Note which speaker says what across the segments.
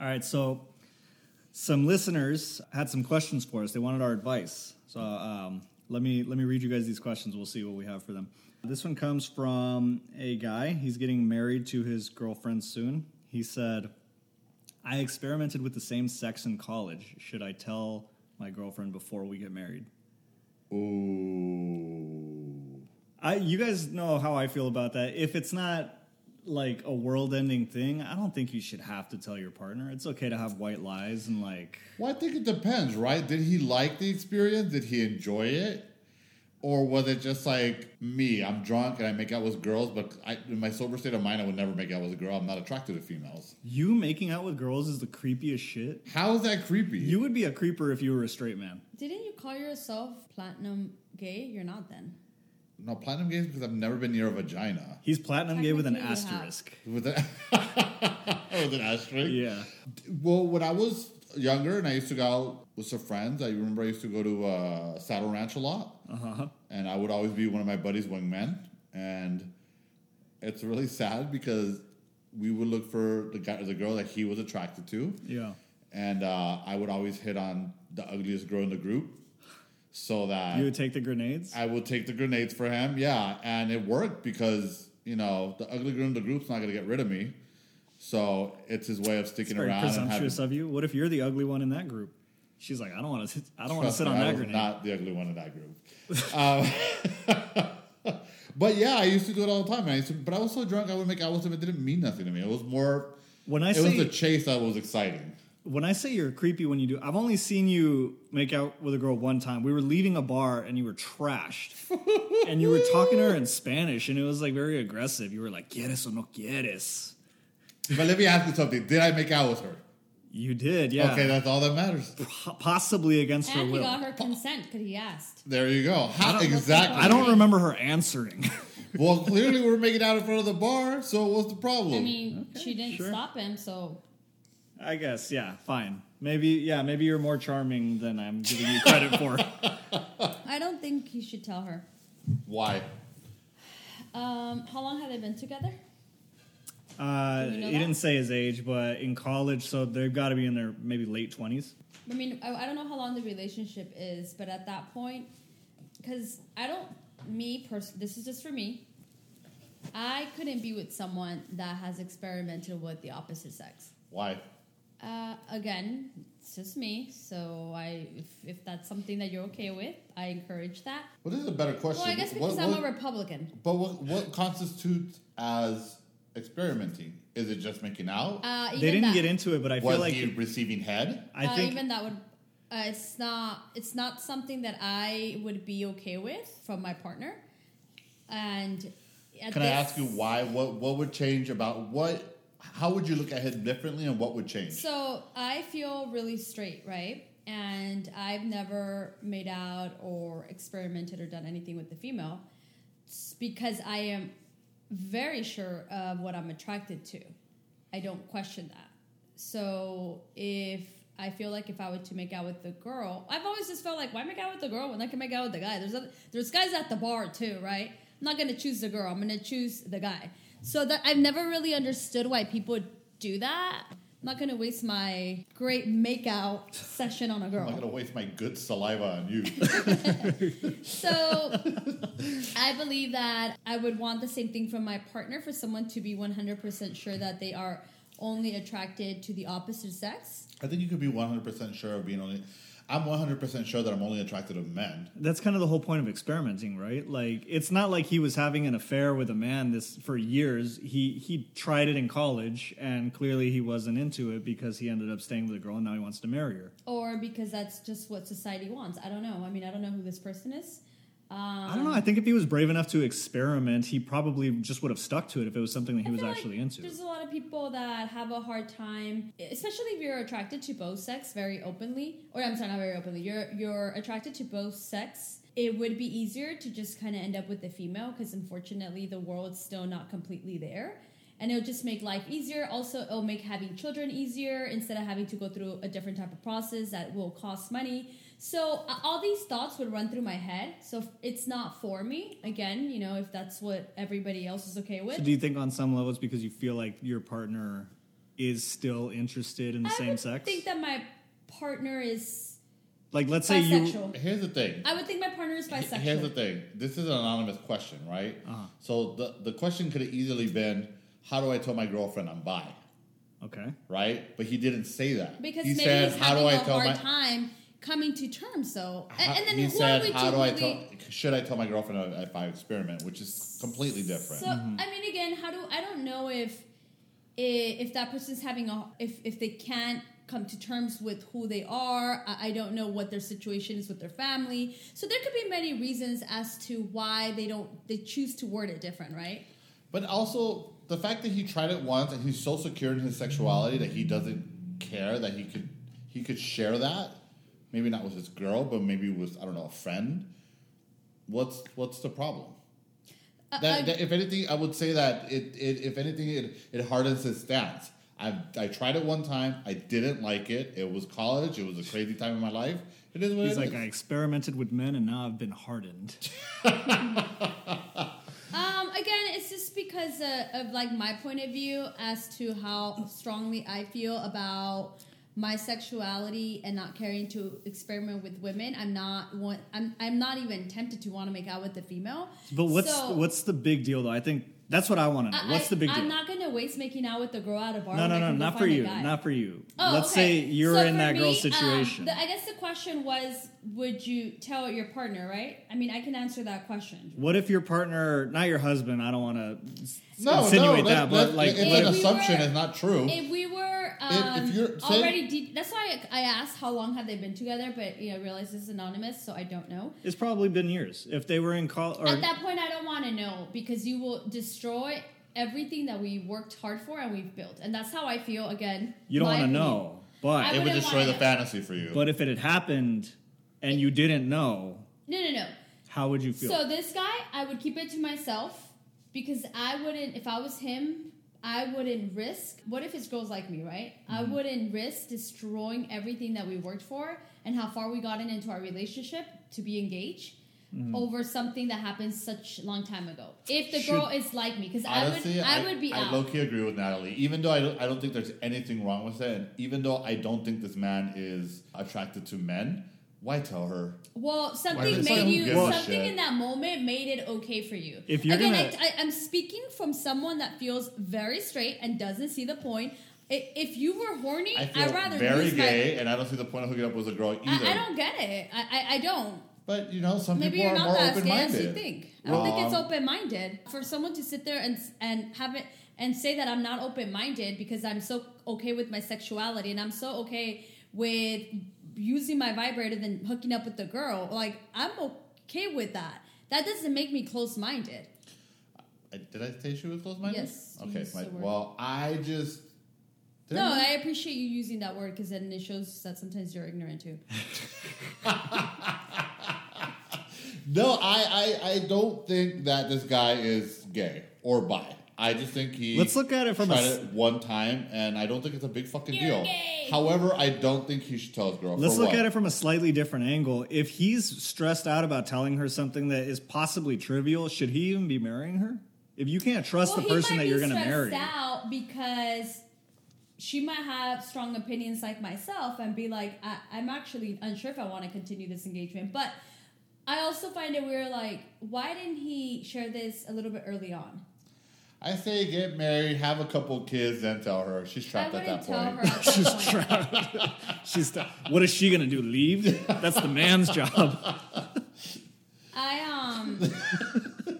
Speaker 1: right, so some listeners had some questions for us. They wanted our advice. So um, let me let me read you guys these questions. We'll see what we have for them. This one comes from a guy. He's getting married to his girlfriend soon. He said, "I experimented with the same sex in college. Should I tell my girlfriend before we get married?"
Speaker 2: Ooh.
Speaker 1: I you guys know how I feel about that. If it's not like a world-ending thing, I don't think you should have to tell your partner. It's okay to have white lies and like
Speaker 2: Well, I think it depends, right? Did he like the experience? Did he enjoy it? Or was it just like me? I'm drunk and I make out with girls, but I, in my sober state of mind, I would never make out with a girl. I'm not attracted to females.
Speaker 1: you making out with girls is the creepiest shit.
Speaker 2: How is that creepy?
Speaker 1: You would be a creeper if you were a straight man.
Speaker 3: Didn't you call yourself platinum gay? You're not then.
Speaker 2: no platinum gays because I've never been near a vagina.
Speaker 1: He's platinum gay with an
Speaker 3: Technically, you have.
Speaker 1: asterisk.
Speaker 2: With, a, with an asterisk.
Speaker 1: Yeah.
Speaker 2: Well, when I was younger and I used to go out with some friends, I remember I used to go to uh, Saddle Ranch a lot.
Speaker 1: Uh-huh.
Speaker 2: and I would always be one of my buddies' wingmen. And it's really sad because we would look for the guy, the girl that he was attracted to,
Speaker 1: Yeah.
Speaker 2: and uh, I would always hit on the ugliest girl in the group, so that
Speaker 1: You would take the grenades?
Speaker 2: I would take the grenades for him. Yeah, and it worked because you know the ugly girl in the group's not gonna get rid of me. So it's his way of
Speaker 1: It's
Speaker 2: sticking
Speaker 1: very
Speaker 2: around. And having,
Speaker 1: presumptuous of you. What if you're the ugly one in that group? She's like, I don't want to. I don't want to
Speaker 2: Trust
Speaker 1: sit
Speaker 2: me,
Speaker 1: on
Speaker 2: I
Speaker 1: that
Speaker 2: was
Speaker 1: grenade.
Speaker 2: Not the ugly one in that group. um, but yeah, I used to do it all the time. I used to, but I was so drunk, I would make out with him. It didn't mean nothing to me. It was more.
Speaker 1: when I
Speaker 2: it was the
Speaker 1: say
Speaker 2: chase that was exciting.
Speaker 1: when I say you're creepy when you do, I've only seen you make out with a girl one time. We were leaving a bar and you were trashed, and you were talking to her in Spanish, and it was like very aggressive. You were like, "Quieres o no quieres."
Speaker 2: But let me ask you something. Did I make out with her?
Speaker 1: You did, yeah.
Speaker 2: Okay, that's all that matters.
Speaker 1: Po- possibly against her
Speaker 3: And he
Speaker 1: will.
Speaker 3: got her consent because he asked.
Speaker 2: There you go. How, exactly.
Speaker 1: I don't remember her answering.
Speaker 2: Well, clearly we were making out in front of the bar. So what's the problem?
Speaker 3: I mean, she didn't
Speaker 1: Oh, sure.
Speaker 3: stop him, so
Speaker 1: I guess, yeah, fine. Maybe, yeah, maybe you're more charming than I'm giving you credit for.
Speaker 3: I don't think he should tell her.
Speaker 2: Why?
Speaker 3: Um, how long have they been together?
Speaker 1: Uh,
Speaker 3: Did
Speaker 1: he
Speaker 3: you know that?
Speaker 1: didn't say his age, but in college, so they've got to be in their maybe late twenties.
Speaker 3: I mean, I, I don't know how long the relationship is, but at that point, because I don't, me pers- this is just for me. I couldn't be with someone that has experimented with the opposite sex.
Speaker 2: Why?
Speaker 3: Uh, again, it's just me, so I if, if that's something that you're okay with, I encourage that.
Speaker 2: Well, this is a better question.
Speaker 3: Well, I guess
Speaker 2: What-
Speaker 3: because I'm
Speaker 2: what-
Speaker 3: a Republican.
Speaker 2: But what, what constitutes as experimenting? Is it just making out?
Speaker 3: Uh, even
Speaker 1: They didn't
Speaker 3: that,
Speaker 1: get into it, but I feel
Speaker 2: was
Speaker 1: like
Speaker 2: he receiving head?
Speaker 1: I
Speaker 3: uh,
Speaker 1: think
Speaker 3: even that would. Uh, it's not. It's not something that I would be okay with from my partner. And at
Speaker 2: Can I
Speaker 3: this-
Speaker 2: ask you why? What what would change about what? How would you look at head differently, and what would change?
Speaker 3: So I feel really straight, right? And I've never made out or experimented or done anything with the female s- because I am very sure of what I'm attracted to. I don't question that. So if I feel like if I were to make out with the girl, I've always just felt like why make out with the girl when I can make out with the guy? There's other, there's guys at the bar too, right? I'm not gonna choose the girl. I'm gonna choose the guy. So that I've never really understood why people do that. I'm not gonna waste my great makeout session on a
Speaker 2: I'm not
Speaker 3: girl.
Speaker 2: gonna waste my good saliva on you.
Speaker 3: So I believe that I would want the same thing from my partner for someone to be 100% sure that they are only attracted to the opposite sex.
Speaker 2: I think you could be 100 percent sure of being only. I'm 100 percent sure that I'm only attracted to men.
Speaker 1: that's kind of the whole point of experimenting, right? Like it's not like he was having an affair with a man this for years. He he tried it in college, and clearly he wasn't into it because he ended up staying with a girl, and now he wants to marry her.
Speaker 3: or because that's just what society wants. I don't know. I mean, I don't know who this person is.
Speaker 1: I
Speaker 3: Um.
Speaker 1: don't know. I think if he was brave enough to experiment, he probably just would have stuck to it if it was something that he was
Speaker 3: feel like
Speaker 1: actually into.
Speaker 3: There's a lot of people that have a hard time, especially if you're attracted to both sex very openly. Or I'm sorry, not very openly. You're you're attracted to both sex. It would be easier to just kind of end up with the female because unfortunately the world's still not completely there. And it'll just make life easier. Also, it'll make having children easier instead of having to go through a different type of process that will cost money. So uh, all these thoughts would run through my head. So if it's not for me. Again, you know, if that's what everybody else is okay with.
Speaker 1: So do you think on some level it's because you feel like your partner is still interested in the
Speaker 3: I
Speaker 1: same
Speaker 3: would
Speaker 1: sex?
Speaker 3: think that my partner is
Speaker 1: like, let's say you.
Speaker 3: bisexual.
Speaker 2: Here's the thing.
Speaker 3: I would think my partner is bisexual.
Speaker 2: Here's the thing. This is an anonymous question, right?
Speaker 1: Uh-huh.
Speaker 2: So the, the question could have easily been, how do I tell my girlfriend I'm bi?
Speaker 1: Okay.
Speaker 2: Right? But he didn't say that.
Speaker 3: Because
Speaker 2: he
Speaker 3: maybe
Speaker 2: said,
Speaker 3: he's
Speaker 2: how do
Speaker 3: having
Speaker 2: I
Speaker 3: a
Speaker 2: tell
Speaker 3: hard
Speaker 2: my...
Speaker 3: time coming to terms. So, and,
Speaker 2: how-
Speaker 3: and then
Speaker 2: he
Speaker 3: who
Speaker 2: said,
Speaker 3: are we
Speaker 2: how
Speaker 3: to
Speaker 2: do I
Speaker 3: really-
Speaker 2: tell... Should I tell my girlfriend if I experiment? Which is completely different. Mm-hmm.
Speaker 3: So I mean, again, how do I don't know if i- if that person's having a if if they can't come to terms with who they are. I, I don't know what their situation is with their family. So there could be many reasons as to why they don't they choose to word it different, right?
Speaker 2: But also the fact that he tried it once and he's so secure in his sexuality that he doesn't care that he could he could share that. Maybe not with his girl, but maybe with I don't know a friend. What's what's the problem?
Speaker 3: Uh,
Speaker 2: That,
Speaker 3: uh,
Speaker 2: that- if anything, I would say that it, it if anything it, it hardens his stance. I I tried it one time. I didn't like it. It was college. It was a crazy time in my life. It is what
Speaker 1: He's
Speaker 2: it
Speaker 1: like,
Speaker 2: is.
Speaker 1: I experimented with men and now I've been hardened.
Speaker 3: Um, again, it's just because uh, of like my point of view as to how strongly I feel about my sexuality and not caring to experiment with women. I'm not one. I'm I'm not even tempted to want to make out with a female.
Speaker 1: But what's
Speaker 3: So,
Speaker 1: what's the big deal though? I think that's what I want to know.
Speaker 3: I-
Speaker 1: what's the big
Speaker 3: I,
Speaker 1: deal?
Speaker 3: I'm not gonna waste making out with a girl at a bar.
Speaker 1: no,
Speaker 3: when
Speaker 1: no,
Speaker 3: I
Speaker 1: no,
Speaker 3: can go
Speaker 1: not for
Speaker 3: find a
Speaker 1: you,
Speaker 3: guy.
Speaker 1: not for you.
Speaker 3: Oh,
Speaker 1: Let's
Speaker 3: okay.
Speaker 1: say you're
Speaker 3: So
Speaker 1: in
Speaker 3: for
Speaker 1: that
Speaker 3: me,
Speaker 1: girl's
Speaker 3: um,
Speaker 1: situation.
Speaker 3: the- I guess the question was, would you tell your partner? Right? I mean, I can answer that question.
Speaker 1: what if your partner, not your husband? I don't want to
Speaker 2: no,
Speaker 1: insinuate
Speaker 2: no,
Speaker 1: that, but like,
Speaker 2: it's
Speaker 1: what
Speaker 3: If
Speaker 2: an
Speaker 3: we
Speaker 2: assumption.
Speaker 3: were-
Speaker 2: It's not true.
Speaker 3: If we were um,
Speaker 2: If- if you're- say-
Speaker 3: already, de- that's why I, I asked how long have they been together, but you know, I realize this is anonymous, so I don't know.
Speaker 1: It's probably been years. If they were in college, or
Speaker 3: At that point, I don't want to know because you will destroy everything that we worked hard for and we've built, and that's how I feel. Again,
Speaker 1: you don't
Speaker 3: my
Speaker 1: want to
Speaker 3: opinion.
Speaker 1: know, but
Speaker 3: I
Speaker 2: it would
Speaker 3: wouldn't
Speaker 2: destroy
Speaker 3: wanna
Speaker 2: the
Speaker 3: know.
Speaker 2: fantasy for you.
Speaker 1: but if it had happened and you didn't know,
Speaker 3: No, no, no.
Speaker 1: how would you feel?
Speaker 3: So this guy, I would keep it to myself because I wouldn't. If I was him, I wouldn't risk. What if his girl's like me, right? I wouldn't risk destroying everything that we worked for and how far we gotten into our relationship to be engaged. Over something that happened such long time ago. If the girl
Speaker 1: Should-
Speaker 3: is like me, because I would,
Speaker 2: Honestly,
Speaker 3: I, would be out.
Speaker 2: I low-key agree with Natalie. Even though I don't, I don't think there's anything wrong with it, and even though I don't think this man is attracted to men, why tell her?
Speaker 3: Well,
Speaker 2: would
Speaker 3: something
Speaker 2: they
Speaker 3: made
Speaker 2: say who
Speaker 3: you
Speaker 2: gives a
Speaker 3: something
Speaker 2: shit?
Speaker 3: in that moment made it okay for you.
Speaker 1: If you're
Speaker 3: again,
Speaker 1: gonna-
Speaker 3: I, I, I'm speaking from someone that feels very straight and doesn't see the point. I- If you were horny,
Speaker 2: I
Speaker 3: I
Speaker 2: feel
Speaker 3: would rather
Speaker 2: very
Speaker 3: lose my-
Speaker 2: gay, and I don't see the point of hooking up with a girl either.
Speaker 3: I, I don't get it. I, I, I don't.
Speaker 2: but you know, some
Speaker 3: Maybe
Speaker 2: people
Speaker 3: you're
Speaker 2: are
Speaker 3: not
Speaker 2: more
Speaker 3: that as gay
Speaker 2: open-minded.
Speaker 3: as you think. I don't think it's
Speaker 2: Um,
Speaker 3: open minded for someone to sit there and s- and have it and say that I'm not open minded because I'm so okay with my sexuality and I'm so okay with using my vibrator than hooking up with the girl. Like I'm okay with that. That doesn't make me close minded.
Speaker 2: I- Did I say she was close-minded?
Speaker 3: Yes, you
Speaker 2: Okay.
Speaker 3: used
Speaker 2: My,
Speaker 3: the word.
Speaker 2: well, I just. did
Speaker 3: No,
Speaker 2: I-
Speaker 3: I appreciate you using that word because then it shows that sometimes you're ignorant too.
Speaker 2: No, I, I, I don't think that this guy is gay or bi. I just think he.
Speaker 1: Let's look at it from a
Speaker 2: tried
Speaker 1: s-
Speaker 2: it one time, and I don't think it's a big fucking
Speaker 3: You're
Speaker 2: deal.
Speaker 3: gay.
Speaker 2: However, I don't think he should tell his girl.
Speaker 1: Let's
Speaker 2: for
Speaker 1: look
Speaker 2: what?
Speaker 1: at it from a slightly different angle. If he's stressed out about telling her something that is possibly trivial, should he even be marrying her? If you can't trust the
Speaker 3: he
Speaker 1: person that
Speaker 3: might be
Speaker 1: you're going to
Speaker 3: stressed
Speaker 1: marry,
Speaker 3: out because she might have strong opinions like myself and be like, I, I'm actually unsure if I want to continue this engagement. But I also find it weird, like, why didn't he share this a little bit early on?
Speaker 2: I say get married, have a couple kids, then tell her she's
Speaker 3: I
Speaker 2: trapped at
Speaker 3: wouldn't
Speaker 2: that
Speaker 3: tell
Speaker 2: point.
Speaker 3: her. At that point.
Speaker 1: she's th- what is she going to do? Leave? That's the man's job.
Speaker 3: I um,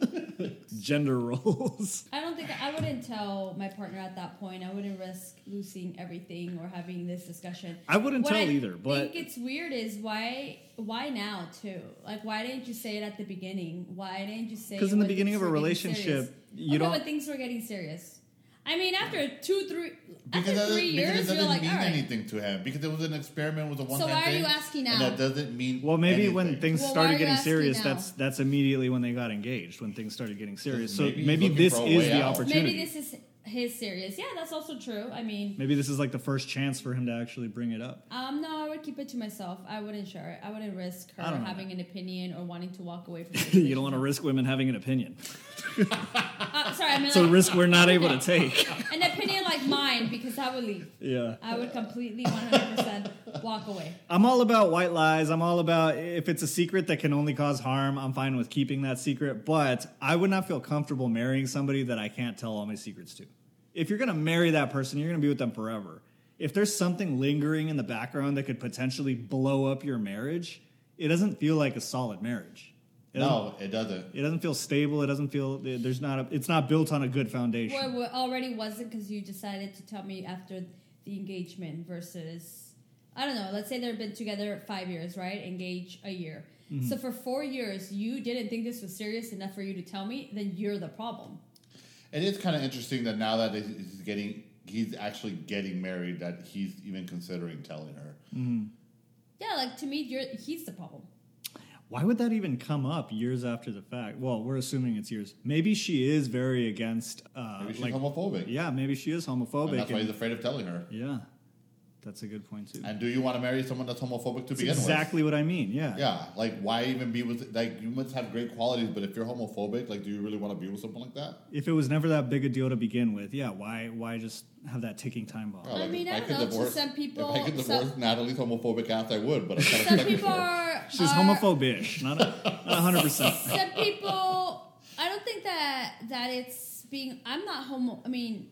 Speaker 1: Gender roles.
Speaker 3: I don't think I wouldn't tell my partner at that point. I wouldn't risk losing everything or having this discussion.
Speaker 1: I wouldn't
Speaker 3: What
Speaker 1: tell
Speaker 3: I
Speaker 1: either, but-
Speaker 3: think it's weird is why why now too? Like why didn't you say it at the beginning? Why didn't you say it
Speaker 1: Because in the
Speaker 3: when
Speaker 1: beginning
Speaker 3: things
Speaker 1: of a
Speaker 3: were getting
Speaker 1: relationship,
Speaker 3: serious?
Speaker 1: you
Speaker 3: okay,
Speaker 1: don't-
Speaker 3: when things were getting serious. I mean, after two, three,
Speaker 2: Because that
Speaker 3: after
Speaker 2: doesn't,
Speaker 3: three
Speaker 2: because
Speaker 3: years,
Speaker 2: it
Speaker 3: you're
Speaker 2: doesn't
Speaker 3: like,
Speaker 2: mean
Speaker 3: all right.
Speaker 2: anything to him. Because it was an experiment with a one-time
Speaker 3: why are
Speaker 2: thing,
Speaker 3: you asking
Speaker 2: And
Speaker 3: now?
Speaker 2: that doesn't mean
Speaker 1: Well, maybe when
Speaker 2: anything.
Speaker 1: things
Speaker 3: Well, why are
Speaker 1: started
Speaker 3: you
Speaker 1: getting
Speaker 3: asking
Speaker 1: serious,
Speaker 3: now?
Speaker 1: that's that's immediately when they got engaged. When things started getting serious, so
Speaker 2: maybe
Speaker 1: maybe,
Speaker 2: he's looking
Speaker 1: this
Speaker 2: for a
Speaker 1: is
Speaker 2: way
Speaker 1: the
Speaker 2: out.
Speaker 1: opportunity.
Speaker 3: Maybe this is his serious. Yeah, that's also true. I mean,
Speaker 1: Maybe this is like the first chance for him to actually bring it up.
Speaker 3: Um, no, I would keep it to myself. I wouldn't share it. I wouldn't risk her
Speaker 1: I don't know.
Speaker 3: having an opinion or wanting to walk away from. the
Speaker 1: you don't want to
Speaker 3: relationship.
Speaker 1: risk women having an opinion.
Speaker 3: Uh, sorry, I meant
Speaker 1: It's a
Speaker 3: like,
Speaker 1: risk we're not able to take.
Speaker 3: an opinion like not mine because I would leave.
Speaker 1: Yeah.
Speaker 3: I would completely 100% walk away.
Speaker 1: I'm all about white lies. I'm all about if it's a secret that can only cause harm, I'm fine with keeping that secret. But I would not feel comfortable marrying somebody that I can't tell all my secrets to. If you're going to marry that person, you're going to be with them forever. If there's something lingering in the background that could potentially blow up your marriage, it doesn't feel like a solid marriage. It doesn't-
Speaker 2: No, it doesn't.
Speaker 1: It doesn't feel stable. It doesn't feel there's not a, it's not built on a good foundation.
Speaker 3: Well, it already wasn't because you decided to tell me after the engagement versus, I don't know, let's say they've been together five years, right? Engage a year.
Speaker 1: Mm-hmm.
Speaker 3: So for four years, you didn't think this was serious enough for you to tell me, then you're the problem.
Speaker 2: It is kind of interesting that now that he's getting, he's actually getting married, that he's even considering telling her.
Speaker 3: Yeah, like to me, you're he's the problem.
Speaker 1: Why would that even come up years after the fact? Well, we're assuming it's years. Maybe she is very against, uh,
Speaker 2: Maybe she's
Speaker 1: like,
Speaker 2: homophobic.
Speaker 1: yeah, maybe she is homophobic.
Speaker 2: and that's why
Speaker 1: and-
Speaker 2: he's afraid of telling her.
Speaker 1: yeah, that's a good point too.
Speaker 2: And do you want to marry someone that's homophobic to
Speaker 1: That's
Speaker 2: begin
Speaker 1: exactly what I mean. Yeah.
Speaker 2: with? Yeah. Like, why even be with? Like, you must have great qualities, but if you're homophobic, like, do you really want to be with someone like that?
Speaker 1: If it was never that big a deal to begin with, yeah, why why just have that ticking time bomb?
Speaker 2: Yeah, like,
Speaker 3: mean,
Speaker 2: if
Speaker 3: I don't
Speaker 2: could
Speaker 3: know, to some people-
Speaker 2: If I could
Speaker 3: some-
Speaker 2: divorce Natalie's homophobic ass, I would. But I'm kind of
Speaker 3: Some
Speaker 2: expecting
Speaker 3: people
Speaker 2: her.
Speaker 3: are.
Speaker 1: She's
Speaker 3: are-
Speaker 1: homophobic. Not a, not hundred percent.
Speaker 3: Some people. I don't think that that it's being. I'm not homo. I mean,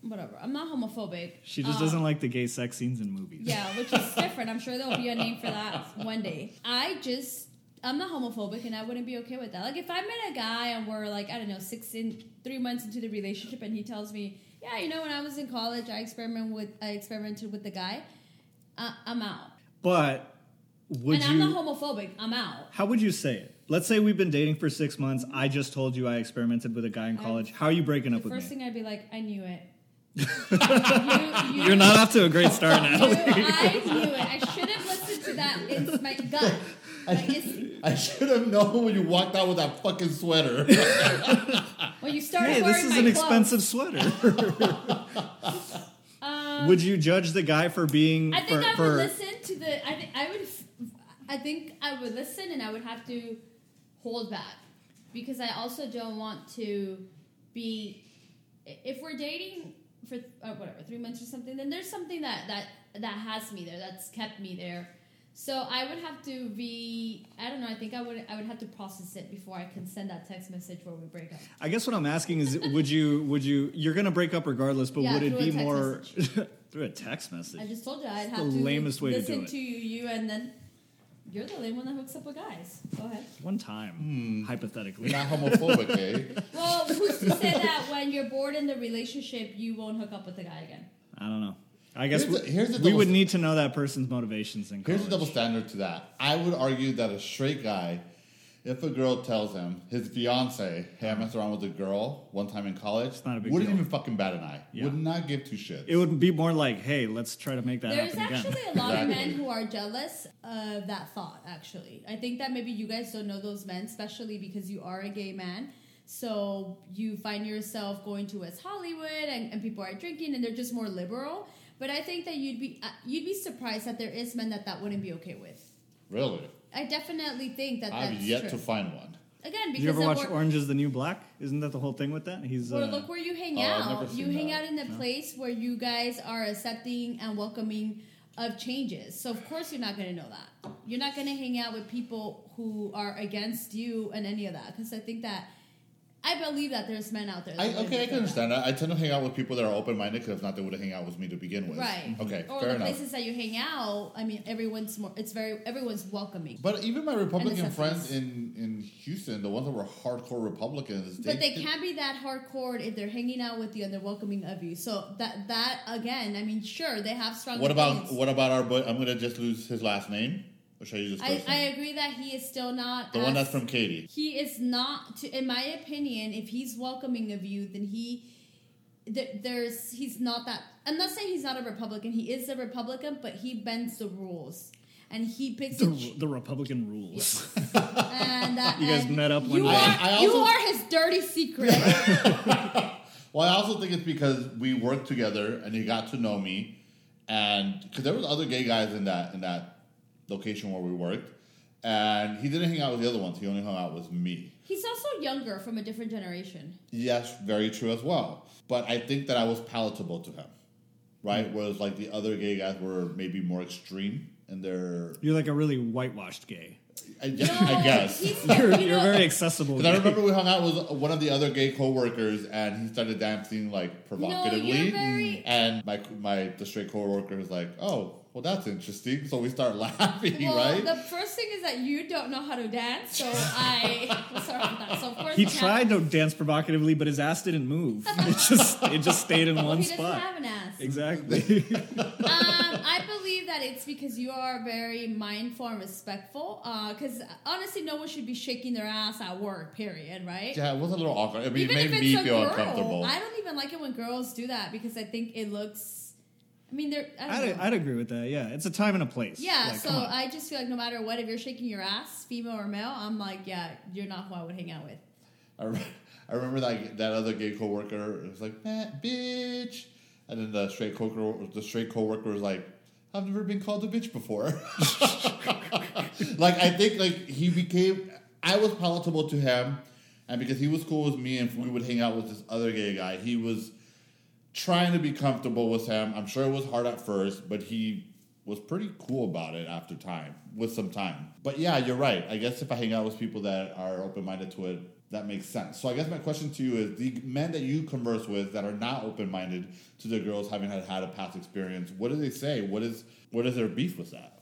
Speaker 3: whatever. I'm not homophobic.
Speaker 1: She just
Speaker 3: Uh,
Speaker 1: doesn't like the gay sex scenes in movies.
Speaker 3: Yeah, which is different. I'm sure there'll be a name for that one day. I just. I'm not homophobic and I wouldn't be okay with that. Like, if I met a guy and we're like, I don't know, six in three months into the relationship, and he tells me, "Yeah, you know, when I was in college, I experiment with, I experimented with the guy," uh, I'm out.
Speaker 1: But would
Speaker 3: and
Speaker 1: you?
Speaker 3: I'm not homophobic. I'm out.
Speaker 1: How would you say it? Let's say we've been dating for six months. I just told you I experimented with a guy in
Speaker 3: I-
Speaker 1: college. How are you breaking up
Speaker 3: the
Speaker 1: with
Speaker 3: first
Speaker 1: me?
Speaker 3: thing I'd be like, I knew it. you, you,
Speaker 1: You're not off to a great start
Speaker 3: You,
Speaker 1: now.
Speaker 3: I knew it. I should have listened to that. It's my gut. Like it's,
Speaker 2: I should have known when you walked out with that fucking sweater.
Speaker 3: when you started
Speaker 1: hey,
Speaker 3: wearing
Speaker 1: this is
Speaker 3: my
Speaker 1: an
Speaker 3: clothes,
Speaker 1: expensive sweater.
Speaker 3: um,
Speaker 1: would you judge the guy for being
Speaker 3: I
Speaker 1: for,
Speaker 3: think I would
Speaker 1: for
Speaker 3: listen to the. I think I would. f- I think I would listen, and I would have to hold back because I also don't want to be. i- If we're dating for uh, whatever three months or something, then there's something that that that has me there. That's kept me there. So I would have to be. I don't know. I think I would. I would have to process it before I can send that text message where we break up.
Speaker 1: I guess what I'm asking is would you would you you're gonna break up regardless, but
Speaker 3: Yeah,
Speaker 1: would it
Speaker 3: through a
Speaker 1: be
Speaker 3: text
Speaker 1: more through a text message?
Speaker 3: I just told you I'd
Speaker 1: It's
Speaker 3: have
Speaker 1: the
Speaker 3: to
Speaker 1: lamest way to do
Speaker 3: listen
Speaker 1: it.
Speaker 3: to you, you, and then you're the lame one that hooks up with guys. Go ahead.
Speaker 1: One time,
Speaker 2: Hmm.
Speaker 1: hypothetically.
Speaker 2: You're not homophobic, eh?
Speaker 3: Well, who's to say that when you're bored in the relationship, you won't hook up with the guy again?
Speaker 1: I don't know. I guess
Speaker 2: Here's
Speaker 1: we,
Speaker 2: the- here's the
Speaker 1: we
Speaker 2: double
Speaker 1: would
Speaker 2: st-
Speaker 1: need to know that person's motivations in college.
Speaker 2: Here's a double standard to that. I would argue that a straight guy, if a girl tells him his fiance, "Hey, I messed around with a girl one time in college,"
Speaker 1: not a big
Speaker 2: wouldn't
Speaker 1: deal.
Speaker 2: even fucking bat an eye.
Speaker 1: Yeah.
Speaker 2: Would not give two shits.
Speaker 1: it would be more like, hey, let's try to make that
Speaker 3: There's
Speaker 1: happen again.
Speaker 3: actually a lot of men
Speaker 2: Exactly.
Speaker 3: who are jealous of that thought, actually. I think that maybe you guys don't know those men, especially because you are a gay man. So you find yourself going to West Hollywood and, and people are drinking and they're just more liberal. But I think that you'd be uh, you'd be surprised that there is men that that wouldn't be okay with.
Speaker 2: really,
Speaker 3: I definitely think that that's
Speaker 2: I've yet
Speaker 3: true.
Speaker 2: to find one.
Speaker 3: Again, because
Speaker 1: Did you ever
Speaker 3: then
Speaker 1: watch
Speaker 3: we're-
Speaker 1: Orange is the New Black? Isn't that the whole thing with that? He's
Speaker 3: Or
Speaker 1: uh,
Speaker 3: look where you hang
Speaker 2: Oh, I've never
Speaker 3: out. You
Speaker 2: seen
Speaker 3: hang
Speaker 2: that.
Speaker 3: out in a place where you guys are accepting and welcoming of changes. So of course you're not going to know that. You're not going to hang out with people who are against you and any of that. Because I think that I believe that there's men out there. That
Speaker 2: I,
Speaker 3: would
Speaker 2: okay, I
Speaker 3: feel
Speaker 2: can
Speaker 3: that.
Speaker 2: understand that. I tend to hang out with people that are open minded because if not, they would have hang out with me to begin with. Mm-hmm.
Speaker 3: Right.
Speaker 2: Okay,
Speaker 3: Or
Speaker 2: fair
Speaker 3: the
Speaker 2: enough.
Speaker 3: places that you hang out. I mean, everyone's more. It's very everyone's welcoming.
Speaker 2: But even my Republican
Speaker 3: acceptance.
Speaker 2: friends in, in Houston, the ones that were hardcore Republicans,
Speaker 3: But they can't be that hardcore if they're hanging out with you and they're welcoming of you. So that that again, I mean, sure they have strong.
Speaker 2: What about
Speaker 3: opinions.
Speaker 2: what about our boy? I'm gonna just lose his last name, or should I just
Speaker 3: I,
Speaker 2: first
Speaker 3: I
Speaker 2: name?
Speaker 3: agree that he is still not
Speaker 2: the one
Speaker 3: as-
Speaker 2: that's from Katie?
Speaker 3: He is not, to, in my opinion, if he's welcoming of you, then he th- there's he's not that. I'm not saying he's not a Republican. He is a Republican, but he bends the rules and he picks
Speaker 1: the,
Speaker 3: and cho-
Speaker 1: the Republican rules.
Speaker 3: and that.
Speaker 1: You guys
Speaker 3: and
Speaker 1: met up one
Speaker 3: you
Speaker 1: day.
Speaker 3: are
Speaker 2: I- I
Speaker 3: you
Speaker 2: also-
Speaker 3: are his dirty secret.
Speaker 2: Well, I also think it's because we worked together and he got to know me, and because there was other gay guys in that in that location where we worked, And he didn't hang out with the other ones. He only hung out with me.
Speaker 3: He's also younger from a different generation.
Speaker 2: Yes, very true as well. But I think that I was palatable to him, right? Whereas like the other gay guys were maybe more extreme in their.
Speaker 1: You're like a really whitewashed gay.
Speaker 2: I, I guess.
Speaker 3: He's,
Speaker 1: You're,
Speaker 3: you
Speaker 1: you're
Speaker 3: know,
Speaker 1: very accessible.
Speaker 2: Because
Speaker 1: gay.
Speaker 2: I remember we hung out with one of the other gay coworkers, and he started dancing like provocatively.
Speaker 3: you're very-
Speaker 2: And my my the straight coworker was like, "Oh, well, that's interesting." So we start laughing,
Speaker 3: well,
Speaker 2: right?
Speaker 3: the first thing is that you don't know how to dance, so I I'm sorry about that. So of course
Speaker 1: He
Speaker 3: you can't-
Speaker 1: tried to dance provocatively, but his ass didn't move. It just it just stayed in
Speaker 3: Well,
Speaker 1: one
Speaker 3: he doesn't
Speaker 1: spot.
Speaker 3: have an ass.
Speaker 1: Exactly.
Speaker 3: um, I believe that it's because you are very mindful and respectful. Because honestly, no one should be shaking their ass at work. Period. Right?
Speaker 2: yeah, it was a little awkward. I mean,
Speaker 3: Even
Speaker 2: it
Speaker 3: if
Speaker 2: made me
Speaker 3: it's a
Speaker 2: feel
Speaker 3: girl,
Speaker 2: uncomfortable.
Speaker 3: I don't even like it when girls do that because I think it looks. I mean, they're. I don't
Speaker 1: I'd,
Speaker 3: know.
Speaker 1: I'd agree with that. Yeah, it's a time and a place.
Speaker 3: yeah,
Speaker 1: Like,
Speaker 3: so
Speaker 1: come on.
Speaker 3: I just feel like no matter what, if you're shaking your ass, female or male, I'm like, yeah, you're not who I would hang out with.
Speaker 2: I, re- I remember that that other gay coworker was like, "Matt, bitch," and then the straight coworker, the straight coworker was like, "I've never been called a bitch before." like I think like he became, I was palatable to him, and because he was cool with me, and we would hang out with this other gay guy, he was trying to be comfortable with him. I'm sure it was hard at first, but he was pretty cool about it after time, with some time. But yeah, you're right. I guess if I hang out with people that are open minded to it, that makes sense. So I guess my question to you is the men that you converse with that are not open minded to the girls having had, had a past experience, what do they say? What is what is their beef with that?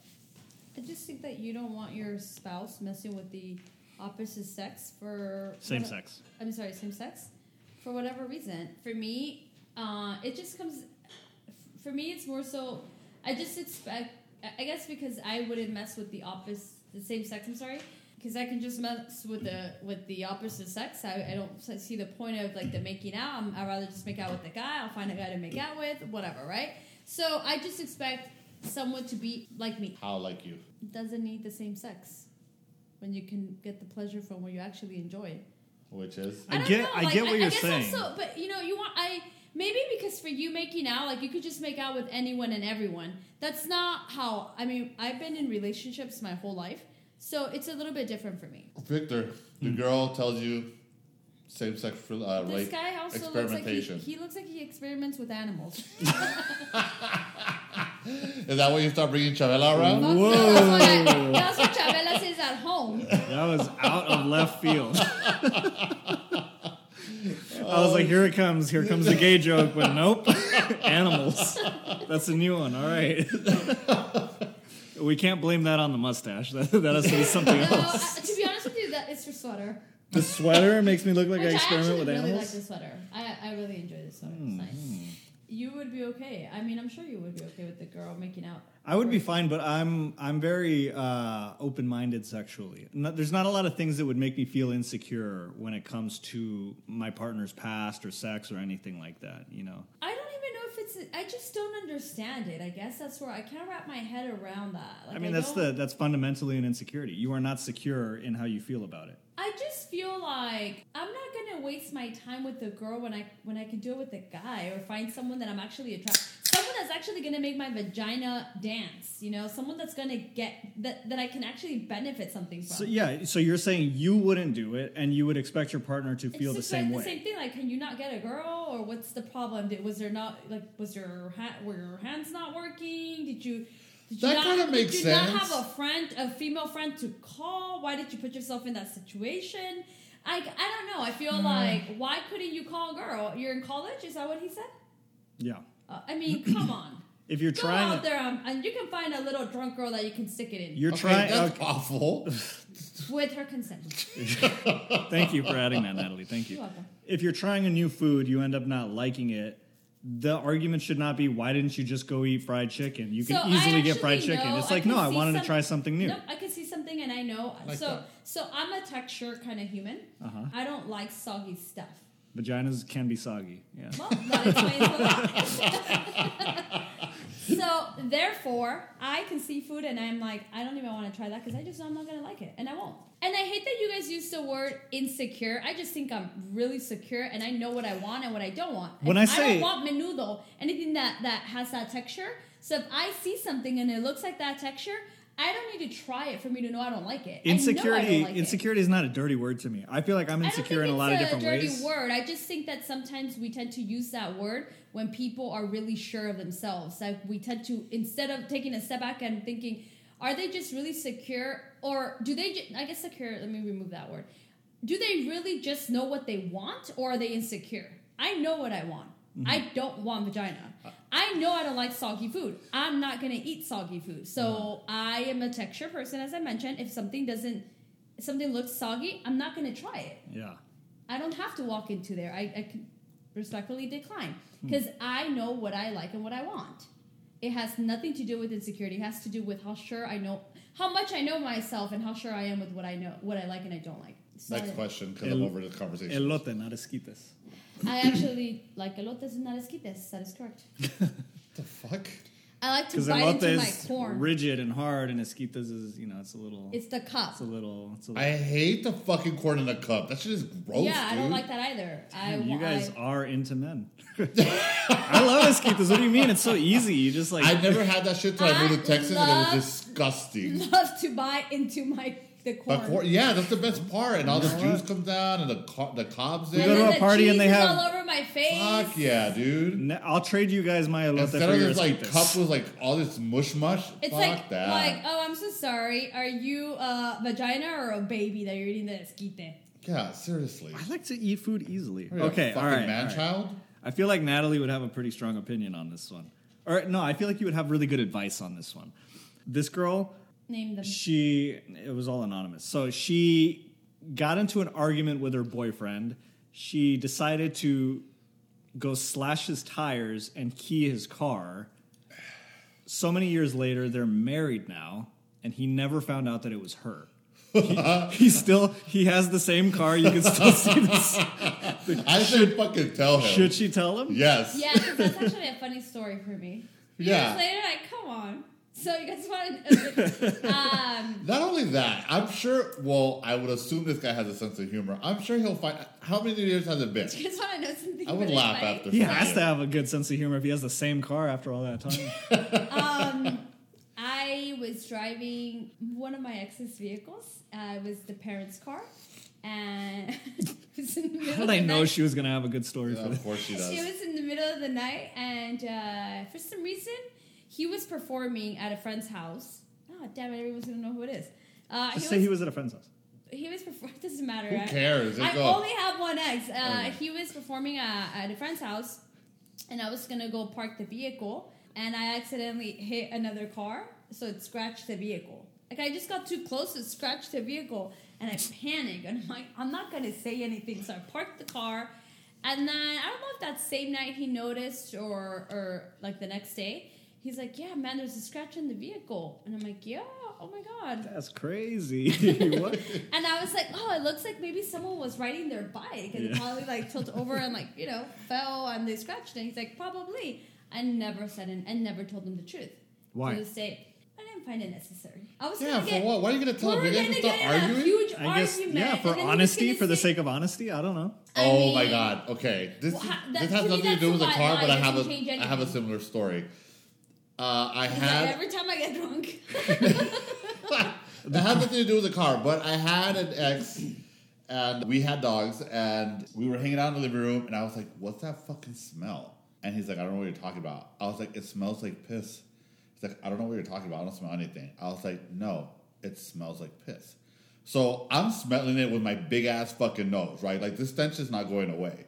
Speaker 3: I just think that you don't want your spouse messing with the opposite sex for
Speaker 1: Same
Speaker 3: what-
Speaker 1: sex.
Speaker 3: I'm sorry, same sex, for whatever reason. For me, uh, it just comes. For me, it's more so. I just expect. I- I guess because I wouldn't mess with the opposite, the same sex. I'm sorry, because I can just mess with the with the opposite sex. I, I don't s- see the point of like the making out. I'm, I'd rather just make out with the guy. I'll find a guy to make out with, whatever, right? So I just expect someone to be like me.
Speaker 2: How like you?
Speaker 3: Doesn't need the same sex when you can get the pleasure from what you actually enjoy.
Speaker 2: Which is
Speaker 1: I
Speaker 3: don't
Speaker 1: get-
Speaker 3: know,
Speaker 1: I
Speaker 3: like,
Speaker 1: get what
Speaker 3: I
Speaker 1: you're
Speaker 3: guess
Speaker 1: saying.
Speaker 3: Also, but you know, you want I maybe because for you making out, like you could just make out with anyone and everyone. That's not how. I mean, I've been in relationships my whole life, so it's a little bit different for me.
Speaker 2: Victor, the girl tells you same sex uh,
Speaker 3: This
Speaker 2: rate
Speaker 3: guy also looks like he,
Speaker 2: experimentation.
Speaker 3: he looks like he experiments with animals.
Speaker 2: is that why you start bringing Chavela around?
Speaker 3: Fuck no, That's what, I, that's what Chabela says at home.
Speaker 1: That was out of left field. I was like, here it comes, here comes the gay joke, but nope. Animals. That's a new one, all right. we can't blame that on the mustache. That, that has to be something
Speaker 3: No,
Speaker 1: else.
Speaker 3: I, to be honest with you, that is for sweater.
Speaker 1: The sweater makes me look like
Speaker 3: Which
Speaker 1: I experiment
Speaker 3: actually
Speaker 1: with
Speaker 3: really
Speaker 1: animals. Hmm.
Speaker 3: like the sweater. I, I really enjoy this sweater. It's nice. You would be okay. I mean, I'm sure you would be okay with the girl making out.
Speaker 1: I would be fine, but I'm I'm very uh, open minded sexually. Not, there's not a lot of things that would make me feel insecure when it comes to my partner's past or sex or anything like that. You know,
Speaker 3: I don't even know if it's. I just don't understand it. I guess that's where I can't wrap my head around that. Like,
Speaker 1: I mean that's
Speaker 3: don't-
Speaker 1: the that's fundamentally an insecurity. You are not secure in how you feel about it.
Speaker 3: I just feel like I'm not gonna waste my time with a girl when I when I can do it with a guy or find someone that I'm actually attracted. Someone that's actually gonna make my vagina dance. You know, someone that's gonna get that that I can actually benefit something from.
Speaker 1: So yeah, so you're saying you wouldn't do it, and you would expect your partner to feel the
Speaker 3: just
Speaker 1: same
Speaker 3: like
Speaker 1: way.
Speaker 3: The same thing. Like, can you not get a girl, or what's the problem? Did, was there not like was your ha- were your hands not working? Did you? Did you
Speaker 2: That
Speaker 3: not-
Speaker 2: kinda makes
Speaker 3: Did you not
Speaker 2: sense.
Speaker 3: have a friend, a female friend to call? Why did you put yourself in that situation? I, I don't know. I feel
Speaker 1: Hmm.
Speaker 3: like why couldn't you call a girl? You're in college. Is that what he said?
Speaker 1: yeah,
Speaker 3: Uh, I mean, come on.
Speaker 1: if you're
Speaker 3: Go
Speaker 1: trying,
Speaker 3: out there um, and you can find a little drunk girl that you can stick it in
Speaker 1: you're
Speaker 2: Okay,
Speaker 1: trying.
Speaker 2: that's
Speaker 1: okay.
Speaker 2: awful.
Speaker 3: with her consent.
Speaker 1: Thank you for adding that, Natalie. Thank you.
Speaker 3: You're welcome.
Speaker 1: if you're trying a new food, you end up not liking it. The argument should not be why didn't you just go eat fried chicken? You can
Speaker 3: So I
Speaker 1: easily get
Speaker 3: actually
Speaker 1: fried chicken.
Speaker 3: know-
Speaker 1: It's
Speaker 3: I
Speaker 1: like
Speaker 3: can
Speaker 1: no, I
Speaker 3: see
Speaker 1: wanted to
Speaker 3: some-
Speaker 1: try something new.
Speaker 3: No, I can see something and I know.
Speaker 2: Like
Speaker 3: so
Speaker 2: that.
Speaker 3: so I'm a texture kind of human.
Speaker 1: Uh-huh.
Speaker 3: I don't like soggy stuff.
Speaker 1: Vaginas can be soggy. Yeah.
Speaker 3: Well, that explains a lot. so therefore, I can see food and I'm like, I don't even want to try that because I just know I'm not gonna like it, and I won't. And I hate that you guys use the word insecure. I just think I'm really secure and I know what I want and what I don't want.
Speaker 1: When
Speaker 3: And
Speaker 1: I
Speaker 3: I
Speaker 1: say-
Speaker 3: don't want menudo, anything that that has that texture. So if I see something and it looks like that texture, I don't need to try it for me to know I don't like it. I know I don't
Speaker 1: Insecurity.
Speaker 3: like it.
Speaker 1: insecurity is not a dirty word to me. I feel like I'm insecure
Speaker 3: I
Speaker 1: in a
Speaker 3: don't
Speaker 1: lot of
Speaker 3: think it's
Speaker 1: different
Speaker 3: a dirty
Speaker 1: ways.
Speaker 3: word. I just think that sometimes we tend to use that word when people are really sure of themselves. Like we tend to instead of taking a step back and thinking, are they just really secure, or do they? Ju- I guess secure. Let me remove that word. Do they really just know what they want, or are they insecure? I know what I want.
Speaker 1: Mm-hmm.
Speaker 3: I don't want vagina. I know I don't like soggy food. I'm not gonna eat soggy food. So I am a texture person, as I mentioned. If something doesn't, if something looks soggy, I'm not gonna try it.
Speaker 1: Yeah.
Speaker 3: I don't have to walk into there. I, I can respectfully decline
Speaker 1: Hmm.
Speaker 3: because I know what I like and what I want. It has nothing to do with insecurity. It has to do with how sure I know, how much I know myself, and how sure I am with what I know, what I like and I don't like. So
Speaker 2: Next question, because
Speaker 1: El-
Speaker 2: I'm over this conversation.
Speaker 1: Elote, not esquites.
Speaker 3: I actually like elotes and not esquites. That is correct.
Speaker 2: the fuck?
Speaker 3: I like to
Speaker 1: Because
Speaker 3: bite
Speaker 1: elote
Speaker 3: into my
Speaker 1: is
Speaker 3: corn.
Speaker 1: rigid and hard, and esquites is you know it's a little.
Speaker 3: it's the cup.
Speaker 1: it's a little. It's a
Speaker 2: I
Speaker 1: little
Speaker 2: hate the fucking corn in a cup. That shit is gross.
Speaker 3: yeah, I don't
Speaker 2: dude.
Speaker 3: like that either. I
Speaker 1: you
Speaker 3: wa-
Speaker 1: guys
Speaker 3: I-
Speaker 1: are into men. I love esquites. What do you mean? It's so easy. You just like.
Speaker 2: I never had that shit till I moved to
Speaker 3: I
Speaker 2: Texas, and it
Speaker 3: love-
Speaker 2: was disgusting.
Speaker 3: love to bite into my the corn.
Speaker 2: But corn, yeah, that's the best part, and all the
Speaker 1: know
Speaker 2: juice
Speaker 1: what?
Speaker 2: comes down, and the co- the cobs.
Speaker 1: We
Speaker 2: in.
Speaker 1: go
Speaker 3: and
Speaker 1: to
Speaker 3: then
Speaker 1: a
Speaker 3: the
Speaker 1: party and
Speaker 3: cheese
Speaker 1: they
Speaker 3: is
Speaker 1: have-
Speaker 3: all over my face.
Speaker 2: Fuck yeah, dude.
Speaker 1: Ne- I'll trade you guys my elote
Speaker 2: Instead
Speaker 1: for
Speaker 2: of
Speaker 1: your
Speaker 2: this like
Speaker 1: esquites.
Speaker 2: cup with like all this mush mush,
Speaker 3: It's
Speaker 2: fuck
Speaker 3: like
Speaker 2: that.
Speaker 3: like oh I'm so sorry. Are you a vagina or a baby that you're eating the esquite?
Speaker 2: yeah, seriously.
Speaker 1: I like to eat food easily.
Speaker 2: Are you a
Speaker 1: okay, all
Speaker 2: fucking
Speaker 1: right. all
Speaker 2: man
Speaker 1: right.
Speaker 2: child.
Speaker 1: I feel like Natalie would have a pretty strong opinion on this one. Or no, I feel like you would have really good advice on this one. This girl,
Speaker 3: Name them.
Speaker 1: she it was all anonymous. So she got into an argument with her boyfriend. She decided to go slash his tires and key his car. So many years later, they're married now, and he never found out that it was her. He, he still he has the same car. You can still see this.
Speaker 2: I should fucking tell him.
Speaker 1: Should she tell him?
Speaker 2: Yes.
Speaker 3: Yeah, 'cause that's actually a funny story for me.
Speaker 2: Yeah.
Speaker 3: Years later, like come on. So you guys want to? um,
Speaker 2: Not only that, I'm sure. Well, I would assume this guy has a sense of humor. I'm sure he'll find. How many years has it been?
Speaker 3: you guys want to know something?
Speaker 2: I would
Speaker 3: really
Speaker 2: laugh
Speaker 3: funny?
Speaker 2: after.
Speaker 1: He
Speaker 2: fucking-
Speaker 1: has to have a good sense of humor if he has the same car after all that time.
Speaker 3: um, I was driving one of my ex's vehicles. Uh, it was the parents' car, and it was in the middle
Speaker 1: How
Speaker 3: of
Speaker 1: did I
Speaker 3: the
Speaker 1: know
Speaker 3: night.
Speaker 1: she was gonna have a good story
Speaker 2: Yeah,
Speaker 1: for
Speaker 2: of
Speaker 1: this?
Speaker 2: course she does.
Speaker 3: It was in the middle of the night, and uh, for some reason, he was performing at a friend's house. Oh, damn it! Everyone's gonna know who it is. Uh,
Speaker 1: Just
Speaker 3: he,
Speaker 1: say
Speaker 3: was,
Speaker 1: he was at a friend's house.
Speaker 3: he was performing. Doesn't matter.
Speaker 2: Who
Speaker 3: right?
Speaker 2: cares? It's
Speaker 3: I
Speaker 2: all-
Speaker 3: only have one ex. Uh,
Speaker 2: Okay.
Speaker 3: He was performing uh, at a friend's house, and I was gonna go park the vehicle, and I accidentally hit another car, so it scratched the vehicle. Like I just got too close, it scratched the vehicle, and I panicked. And I'm like, I'm not gonna say anything, so I parked the car. And then I don't know if that same night he noticed or or like the next day, he's like, "Yeah, man, there's a scratch on the vehicle," and I'm like, "Yeah, oh my god."
Speaker 1: That's crazy. what?
Speaker 3: And I was like, oh, it looks like maybe someone was riding their bike and
Speaker 1: Yeah.
Speaker 3: probably like tilted over and like, you know, fell and they scratched it. He's like, probably. I never said it and never told him the truth.
Speaker 1: Why?
Speaker 3: To this day, I didn't find it necessary. I was
Speaker 2: yeah.
Speaker 3: gonna
Speaker 2: For
Speaker 3: get,
Speaker 2: what? Why are you gonna
Speaker 3: We
Speaker 2: tell
Speaker 3: were
Speaker 2: him? You guys
Speaker 3: gonna
Speaker 2: can
Speaker 3: get
Speaker 2: stop
Speaker 3: in a
Speaker 2: arguing.
Speaker 3: huge
Speaker 1: I guess
Speaker 3: argument.
Speaker 1: yeah,
Speaker 3: and
Speaker 1: for
Speaker 3: then he was
Speaker 1: honesty,
Speaker 3: gonna
Speaker 1: for the
Speaker 3: say-
Speaker 1: sake of honesty, I don't know.
Speaker 3: I
Speaker 2: oh
Speaker 3: mean,
Speaker 2: my god. Okay. This
Speaker 3: Well, ha- that-
Speaker 2: this
Speaker 3: to
Speaker 2: has
Speaker 3: me,
Speaker 2: nothing to
Speaker 3: that's
Speaker 2: do with the
Speaker 3: why-
Speaker 2: car,
Speaker 3: why
Speaker 2: but I
Speaker 3: doesn't
Speaker 2: have a
Speaker 3: change
Speaker 2: I have a
Speaker 3: anything.
Speaker 2: similar story. Uh, I
Speaker 3: He's like,
Speaker 2: had
Speaker 3: every time I get drunk.
Speaker 2: that had nothing to do with the car, but I had an ex and we had dogs and we were hanging out in the living room and I was like, What's that fucking smell? And he's like, I don't know what you're talking about. I was like, It smells like piss. He's like, I don't know what you're talking about. I don't smell anything. I was like, No, it smells like piss. So I'm smelling it with my big ass fucking nose, right? Like this stench is not going away.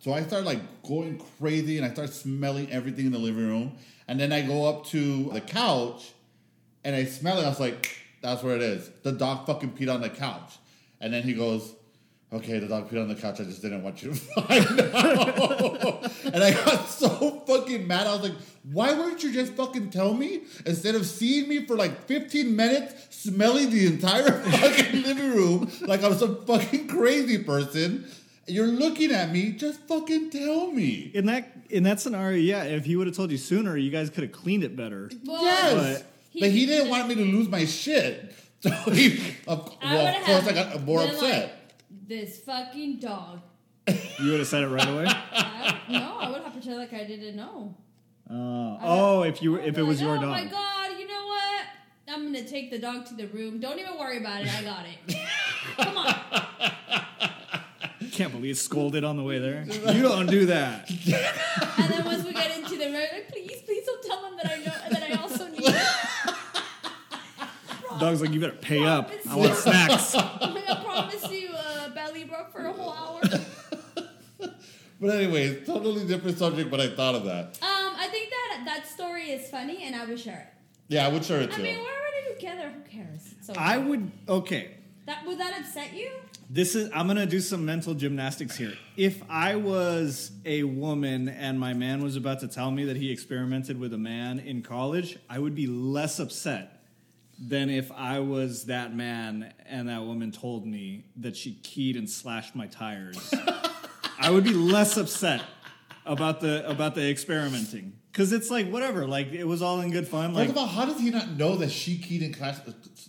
Speaker 2: So I start like going crazy and I start smelling everything in the living room. And then I go up to the couch and I smell it. I was like, that's where it is. The dog fucking peed on the couch. And then he goes, okay, the dog peed on the couch. I just didn't want you to find out. and I got so fucking mad. I was like, why weren't you just fucking tell me instead of seeing me for like 15 minutes smelling the entire fucking living room like I'm some fucking crazy person? You're looking at me. Just fucking tell me.
Speaker 1: In that in that scenario, yeah, if he would have told you sooner, you guys could have cleaned it better.
Speaker 3: Well,
Speaker 2: Yes,
Speaker 1: But-
Speaker 2: but he didn't want me to lose my shit. So he, of,
Speaker 3: I
Speaker 2: well,
Speaker 3: would've
Speaker 2: of course,
Speaker 3: had
Speaker 2: I got more
Speaker 3: been
Speaker 2: upset.
Speaker 3: Like, this fucking dog.
Speaker 1: You would have said it right away.
Speaker 3: I, no, I would have pretended like I didn't know.
Speaker 1: Uh, oh, if you were-
Speaker 3: Oh
Speaker 1: if
Speaker 3: my-
Speaker 1: it was your
Speaker 3: Oh my
Speaker 1: dog.
Speaker 3: god! You know what? I'm gonna take the dog to the room. Don't even worry about it. I got it. Come on.
Speaker 1: Can't believe scolded on the way there. You don't do that.
Speaker 3: And then once we get into the room, like, please, please don't tell them that I know that I also need. it.
Speaker 1: Dog's like, you better pay up. I want snacks.
Speaker 3: I promise you, uh, belly rub for a whole hour.
Speaker 2: But anyway, totally different subject, but I thought of that.
Speaker 3: Um, I think that that story is funny, and I would share
Speaker 2: Yeah, I would share it
Speaker 3: it. I
Speaker 2: too.
Speaker 3: mean, we're already together. Who cares? So
Speaker 1: I would. Okay,
Speaker 3: that would that upset you?
Speaker 1: This is I'm gonna do some mental gymnastics here. If I was a woman and my man was about to tell me that he experimented with a man in college, I would be less upset than if I was that man and that woman told me that she keyed and slashed my tires. I would be less upset about the about the experimenting. Cause it's like whatever, like it was all in good fun.
Speaker 2: First
Speaker 1: Like
Speaker 2: of all, how does he not know that she keyed and clash,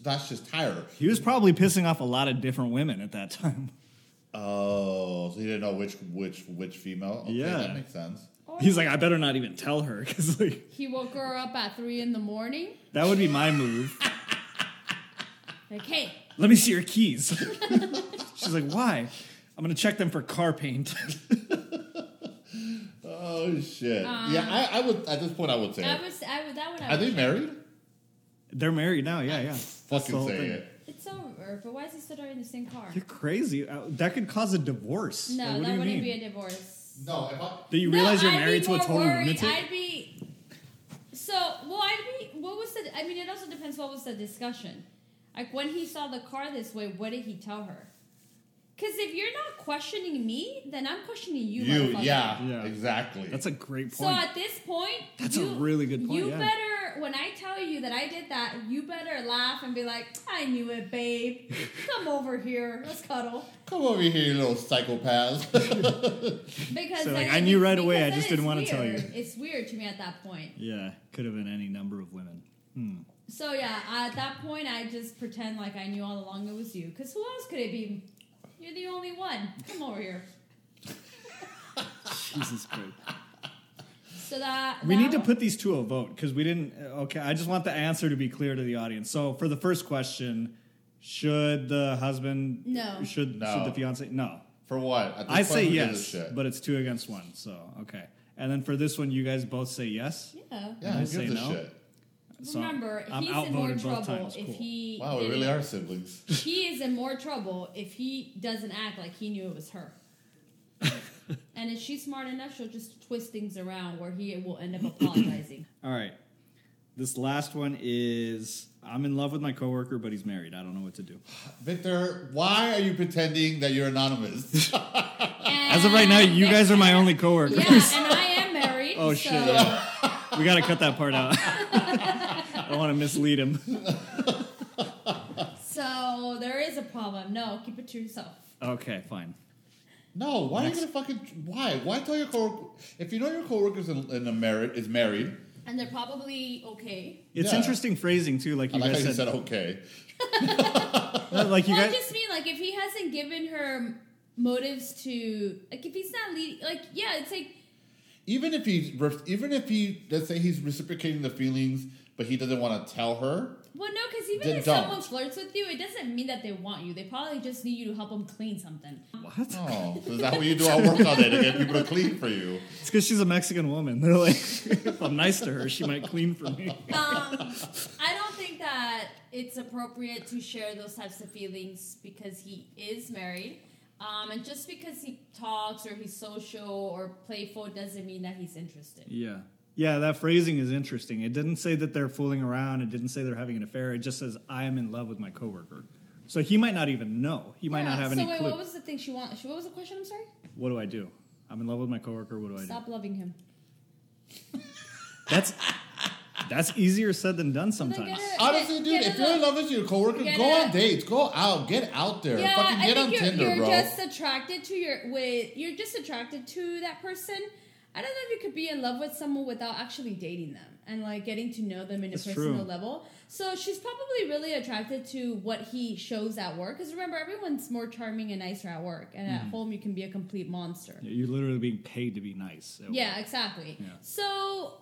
Speaker 2: that's just tire?
Speaker 1: he was probably pissing off a lot of different women at that time.
Speaker 2: Oh, so he didn't know which which which female. Okay,
Speaker 1: Yeah.
Speaker 2: that makes sense.
Speaker 3: Or
Speaker 1: He's like, I better not even tell her, because like
Speaker 3: he woke her up at three in the morning.
Speaker 1: That would be my move.
Speaker 3: Like, hey,
Speaker 1: Let me see your keys. She's like, why? I'm gonna check them for car paint.
Speaker 2: Oh shit! yeah, I, I would at this point I would say.
Speaker 3: Um, I
Speaker 2: it.
Speaker 3: would, I would, that would. I
Speaker 2: Are
Speaker 3: would
Speaker 2: they married?
Speaker 1: They're married now. Yeah, yeah. That's the
Speaker 2: Fucking
Speaker 1: whole
Speaker 2: say
Speaker 1: thing.
Speaker 2: it.
Speaker 3: It's over. But why is he still driving the same car?
Speaker 1: You're crazy. Uh, That could cause a divorce.
Speaker 3: No,
Speaker 1: Like, what
Speaker 3: that
Speaker 1: do you
Speaker 3: wouldn't
Speaker 1: mean?
Speaker 3: be a divorce.
Speaker 2: No, if I,
Speaker 1: Do you
Speaker 3: No,
Speaker 1: realize you're
Speaker 3: I'd be
Speaker 1: married to a
Speaker 3: more
Speaker 1: total
Speaker 3: worried.
Speaker 1: lunatic?
Speaker 3: I'd be. So, well, I'd be. What was the? I mean, it also depends. What was the discussion? Like when he saw the car this way, what did he tell her? Because if you're not questioning me, then I'm questioning you.
Speaker 2: you,
Speaker 3: motherfucker.
Speaker 2: yeah,
Speaker 1: Yeah.
Speaker 2: exactly.
Speaker 1: That's a great
Speaker 3: So
Speaker 1: point.
Speaker 3: at this point,
Speaker 1: That's a really good point,
Speaker 3: You
Speaker 1: yeah.
Speaker 3: better, when I tell you that I did that, you better laugh and be like, "I knew it, babe. Come over here, let's cuddle."
Speaker 2: Come over here, you little psychopath.
Speaker 3: Because
Speaker 1: So,
Speaker 3: then
Speaker 1: like,
Speaker 3: it
Speaker 1: I
Speaker 3: is-
Speaker 1: knew right away, I
Speaker 3: because then
Speaker 1: just didn't
Speaker 3: it's
Speaker 1: wanna tell you.
Speaker 3: weird. It's weird to me at that point.
Speaker 1: yeah, could have been any number of women.
Speaker 3: So yeah, at that point, I just pretend like I knew all along it was you. Because who else could it be? You're the only one. Come over here.
Speaker 1: Jesus Christ.
Speaker 3: So that
Speaker 1: We
Speaker 3: that
Speaker 1: need to
Speaker 3: one-
Speaker 1: put these to a vote because we didn't. uh, Okay, I just want the answer to be clear to the audience. So for the first question, should the husband?
Speaker 3: No.
Speaker 1: Should
Speaker 2: No.
Speaker 1: should the fiance? No.
Speaker 2: For what? At this
Speaker 1: I
Speaker 2: point,
Speaker 1: say
Speaker 2: who gives a
Speaker 1: yes,
Speaker 2: shit?
Speaker 1: but it's two against one. So okay. And then for this one, you guys both say yes.
Speaker 3: Yeah.
Speaker 2: yeah,
Speaker 1: I
Speaker 2: who gives
Speaker 1: say
Speaker 2: a
Speaker 1: no.
Speaker 2: shit?
Speaker 1: So
Speaker 3: Remember,
Speaker 1: I'm
Speaker 3: he's in more
Speaker 1: outvoted
Speaker 3: trouble
Speaker 1: both times.
Speaker 3: if
Speaker 1: Cool.
Speaker 3: he.
Speaker 2: Wow, we
Speaker 3: didn't-
Speaker 2: really are siblings.
Speaker 3: he is in more trouble if he doesn't act like he knew it was her. and if she's smart enough, she'll just twist things around where he will end up apologizing.
Speaker 1: All right. This last one is I'm in love with my coworker, but he's married. I don't know what to do.
Speaker 2: Victor, why are you pretending that you're anonymous?
Speaker 1: As of right now,
Speaker 3: And-
Speaker 1: you guys are my only
Speaker 3: Yeah,
Speaker 1: coworkers.
Speaker 3: and I am married.
Speaker 1: Oh
Speaker 3: so
Speaker 1: shit! Yeah. we gotta cut that part out. I don't want to mislead him.
Speaker 3: So there is a problem. No, keep it to yourself.
Speaker 1: Okay, fine.
Speaker 2: no, why are you gonna fucking why? Why tell your coworker if you know your coworker's in, in a married is married?
Speaker 3: And they're probably okay.
Speaker 1: It's
Speaker 2: Yeah.
Speaker 1: interesting phrasing too, like
Speaker 2: I
Speaker 1: you
Speaker 2: like how
Speaker 1: guys
Speaker 2: you
Speaker 1: said.
Speaker 2: said okay.
Speaker 1: like you
Speaker 3: well,
Speaker 1: guys,
Speaker 3: I just mean like if he hasn't given her motives to like if he's not leading like yeah, it's like
Speaker 2: Even if he even if he let's say he's reciprocating the feelings, but he doesn't want to tell her.
Speaker 3: Well, no, because even
Speaker 2: Then
Speaker 3: if
Speaker 2: don't.
Speaker 3: someone flirts with you, it doesn't mean that they want you. They probably just need you to help them clean something.
Speaker 1: what?
Speaker 2: Oh, so is that what you do? I work on it to get people to clean for you.
Speaker 1: It's because she's a Mexican woman. They're like, if I'm nice to her, she might clean for me.
Speaker 3: Um, I don't think that it's appropriate to share those types of feelings because he is married. Um, and just because he talks or he's social or playful doesn't mean that he's interested.
Speaker 1: Yeah. Yeah, that phrasing is interesting. It didn't say that they're fooling around. It didn't say they're having an affair. It just says, I am in love with my coworker. So he might not even know. He might not have
Speaker 3: so
Speaker 1: any
Speaker 3: wait,
Speaker 1: clue.
Speaker 3: what was the thing she wanted? What was the question? I'm sorry.
Speaker 1: what do I do? I'm in love with my coworker. What do I
Speaker 3: Stop loving him.
Speaker 1: do? That's that's easier said than done
Speaker 3: Then
Speaker 1: sometimes.
Speaker 3: get a-
Speaker 2: Honestly,
Speaker 3: get-
Speaker 2: dude,
Speaker 3: get
Speaker 2: if
Speaker 3: a
Speaker 2: you're in
Speaker 3: look.
Speaker 2: love with your coworker,
Speaker 3: Get
Speaker 2: go
Speaker 3: it.
Speaker 2: on dates, go out, get out there,
Speaker 3: Yeah,
Speaker 2: fucking
Speaker 3: I
Speaker 2: get on
Speaker 3: think you're,
Speaker 2: Tinder,
Speaker 3: you're
Speaker 2: bro.
Speaker 3: just attracted to your with you're just attracted to that person. I don't know if you could be in love with someone without actually dating them and like getting to know them in
Speaker 1: That's
Speaker 3: a personal
Speaker 1: true.
Speaker 3: level. So she's probably really attracted to what he shows at work. Because remember, everyone's more charming and nicer at work, and
Speaker 2: Mm.
Speaker 3: at home you can be a complete monster.
Speaker 1: You're literally being paid to be nice. at
Speaker 3: Yeah,
Speaker 1: work.
Speaker 3: exactly.
Speaker 1: Yeah.
Speaker 3: So,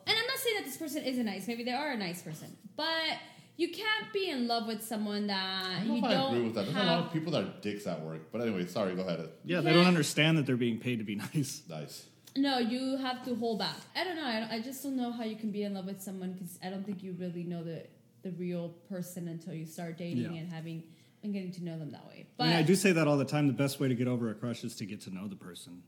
Speaker 3: and I'm not saying that this person isn't nice. Maybe they are a nice person, but you can't be in love with someone that
Speaker 2: I don't
Speaker 3: you
Speaker 2: know if I
Speaker 3: don't
Speaker 2: agree with that. There's a lot
Speaker 3: have.
Speaker 2: of people that are dicks at work. But anyway, sorry, go ahead.
Speaker 1: Yeah,
Speaker 3: You
Speaker 1: they don't
Speaker 3: can't-
Speaker 1: understand that they're being paid to be nice.
Speaker 2: Nice.
Speaker 3: No, you have to hold back. I don't know. I, I just don't know how you can be in love with someone because I don't think you really know the the real person until you start dating
Speaker 1: Yeah.
Speaker 3: and having and getting to know them that way. But
Speaker 1: I mean, I do say that all the time. The best way to get over a crush is to get to know the person.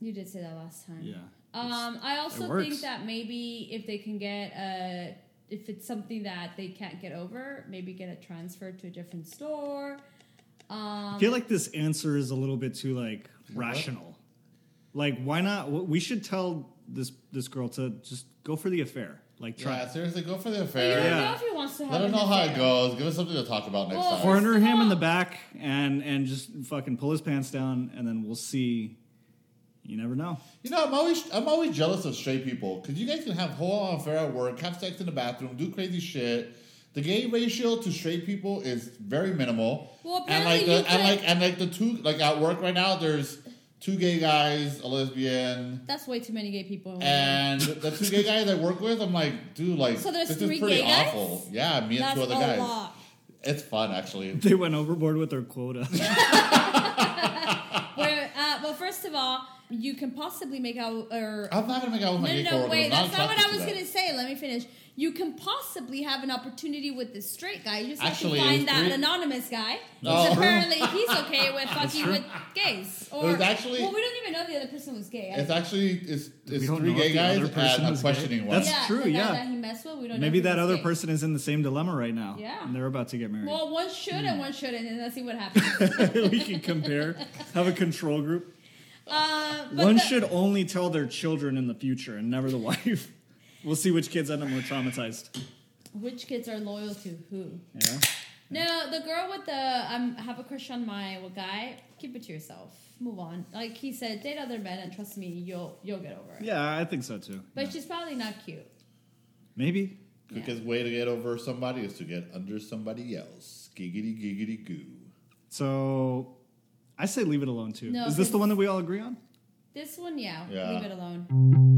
Speaker 3: you did say that last time.
Speaker 1: Yeah.
Speaker 3: Um, I also
Speaker 1: works.
Speaker 3: think that maybe if they can get a, if it's something that they can't get over, maybe get it transferred to a different store.
Speaker 1: I
Speaker 3: Um,
Speaker 1: feel like this answer is a little bit too like rational. Like, why not? w- We should tell this this girl to just go for the affair. Like, try.
Speaker 2: Yeah,
Speaker 1: it.
Speaker 2: seriously, go for the
Speaker 3: but you
Speaker 2: affair.
Speaker 3: don't
Speaker 1: Yeah.
Speaker 3: know if he wants to have.
Speaker 2: Let her
Speaker 3: an
Speaker 2: know how it
Speaker 3: affair.
Speaker 2: goes. Give us something to talk about next
Speaker 3: Well,
Speaker 2: time.
Speaker 1: Corner him in the
Speaker 3: Stop.
Speaker 1: back and and just fucking pull his pants down, and then we'll see. You never know.
Speaker 2: You know, I'm always I'm always jealous of straight people because you guys can have whole on affair at work, have sex in the bathroom, do crazy shit. The gay ratio to straight people is very minimal.
Speaker 3: Well,
Speaker 2: and
Speaker 3: apparently
Speaker 2: like the,
Speaker 3: you
Speaker 2: and
Speaker 3: could-
Speaker 2: like and like the two like at work right now, there's two gay guys, a lesbian,
Speaker 3: That's way too many gay people. in one room.
Speaker 2: and the two gay guys I work with. I'm like, dude, like
Speaker 3: So there's
Speaker 2: this
Speaker 3: three
Speaker 2: is pretty
Speaker 3: gay guys?
Speaker 2: awful. Yeah, me and
Speaker 3: That's
Speaker 2: two other
Speaker 3: a
Speaker 2: guys.
Speaker 3: lot.
Speaker 2: It's fun actually.
Speaker 1: They went overboard with their quota.
Speaker 3: Where, uh, well, first of all, you can possibly make out or
Speaker 2: I'm not gonna make out with my
Speaker 3: no,
Speaker 2: gay
Speaker 3: no, no,
Speaker 2: coworkers.
Speaker 3: wait.
Speaker 2: I'm
Speaker 3: That's not
Speaker 2: attracted
Speaker 3: what I
Speaker 2: to
Speaker 3: was
Speaker 2: that.
Speaker 3: gonna say. Let me finish. You can possibly have an opportunity with this straight guy. You just
Speaker 2: Actually,
Speaker 3: have to
Speaker 2: it
Speaker 3: find
Speaker 2: was
Speaker 3: that
Speaker 2: three-
Speaker 3: anonymous guy.
Speaker 2: That's
Speaker 3: Because
Speaker 1: Oh.
Speaker 2: true.
Speaker 3: apparently he's okay with fucking with gays. Or
Speaker 2: was actually-
Speaker 3: well, we don't even know the other person was gay. I-
Speaker 2: It's actually it's, it's
Speaker 1: We don't
Speaker 2: three
Speaker 1: know if
Speaker 2: gay
Speaker 1: the other
Speaker 2: guys
Speaker 1: person
Speaker 2: and I'm
Speaker 1: is gay.
Speaker 2: questioning one.
Speaker 1: That's-
Speaker 3: yeah,
Speaker 1: true,
Speaker 3: the guy
Speaker 1: yeah.
Speaker 3: that he messed with. We don't. know
Speaker 1: Maybe
Speaker 3: if he
Speaker 1: that
Speaker 3: was
Speaker 1: other
Speaker 3: gay.
Speaker 1: person is in the same dilemma right now.
Speaker 3: Yeah.
Speaker 1: and they're about to get married.
Speaker 3: Well, one should and
Speaker 1: Hmm.
Speaker 3: one shouldn't, and let's see what happens.
Speaker 1: we can compare. Have a control group.
Speaker 3: uh, but
Speaker 1: One
Speaker 3: the-
Speaker 1: should only tell their children in the future and never the wife. We'll see which kids end up more traumatized.
Speaker 3: Which kids are loyal to who?
Speaker 1: Yeah.
Speaker 3: No, the girl with the um, have a crush on my well, guy. Keep it to yourself. Move on. Like he said, date other men and trust me, you'll you'll get over it.
Speaker 1: Yeah, I think so too.
Speaker 3: But
Speaker 1: Yeah.
Speaker 3: she's probably not cute.
Speaker 1: Maybe.
Speaker 2: Quickest way to get over somebody is to get under somebody else. Giggity giggity goo.
Speaker 1: So I say leave it alone too.
Speaker 3: No,
Speaker 1: Is this the
Speaker 3: it's-
Speaker 1: one that we all agree on?
Speaker 3: This one, yeah,
Speaker 2: Yeah.
Speaker 3: leave it alone.